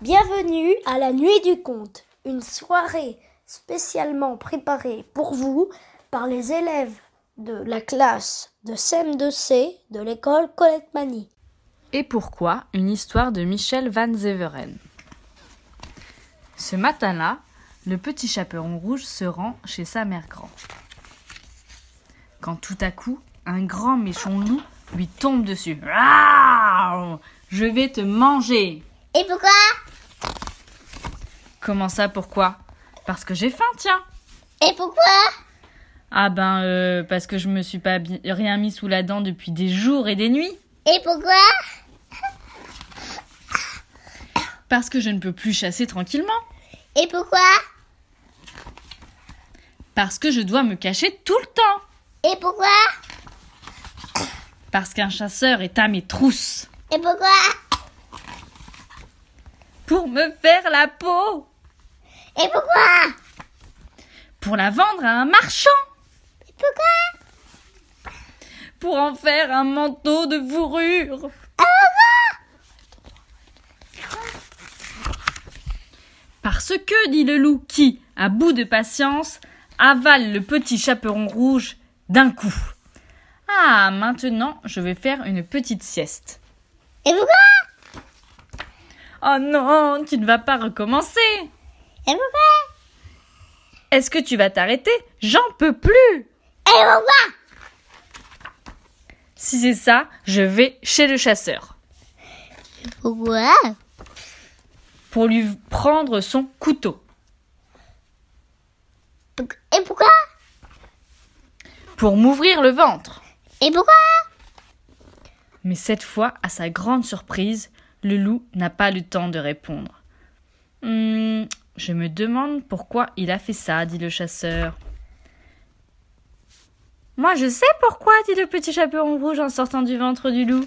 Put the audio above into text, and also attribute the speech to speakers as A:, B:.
A: Bienvenue à la Nuit du Conte, une soirée spécialement préparée pour vous par les élèves de la classe de CM2C de l'école Colette Mani.
B: Et pourquoi une histoire de Michel Van Zeveren. Ce matin-là, le petit chaperon rouge se rend chez sa mère grand. Quand tout à coup, un grand méchant loup lui tombe dessus. Raaaaah Je vais te manger
C: Et pourquoi
B: Comment ça, pourquoi Parce que j'ai faim, tiens
C: Et pourquoi
B: Ah ben, euh, parce que je me suis pas bi- rien mis sous la dent depuis des jours et des nuits
C: Et pourquoi
B: Parce que je ne peux plus chasser tranquillement
C: Et pourquoi
B: Parce que je dois me cacher tout le temps
C: Et pourquoi
B: Parce qu'un chasseur est à mes trousses
C: Et pourquoi
B: Pour me faire la peau
C: Et pourquoi
B: Pour la vendre à un marchand
C: Pourquoi
B: Pour en faire un manteau de fourrure Parce que, dit le loup, qui, à bout de patience, avale le petit chaperon rouge d'un coup. Ah, maintenant, je vais faire une petite sieste.
C: Et pourquoi
B: Oh non, tu ne vas pas recommencer.
C: Et pourquoi
B: Est-ce que tu vas t'arrêter J'en peux plus.
C: Et pourquoi
B: Si c'est ça, je vais chez le chasseur
C: Pourquoi
B: pour lui prendre son couteau,
C: Et pourquoi
B: pour m'ouvrir le ventre.
C: Et pourquoi
B: Mais cette fois, à sa grande surprise, le loup n'a pas le temps de répondre. Hmm, je me demande pourquoi il a fait ça, dit le chasseur. Moi, je sais pourquoi, dit le petit chaperon rouge en sortant du ventre du loup.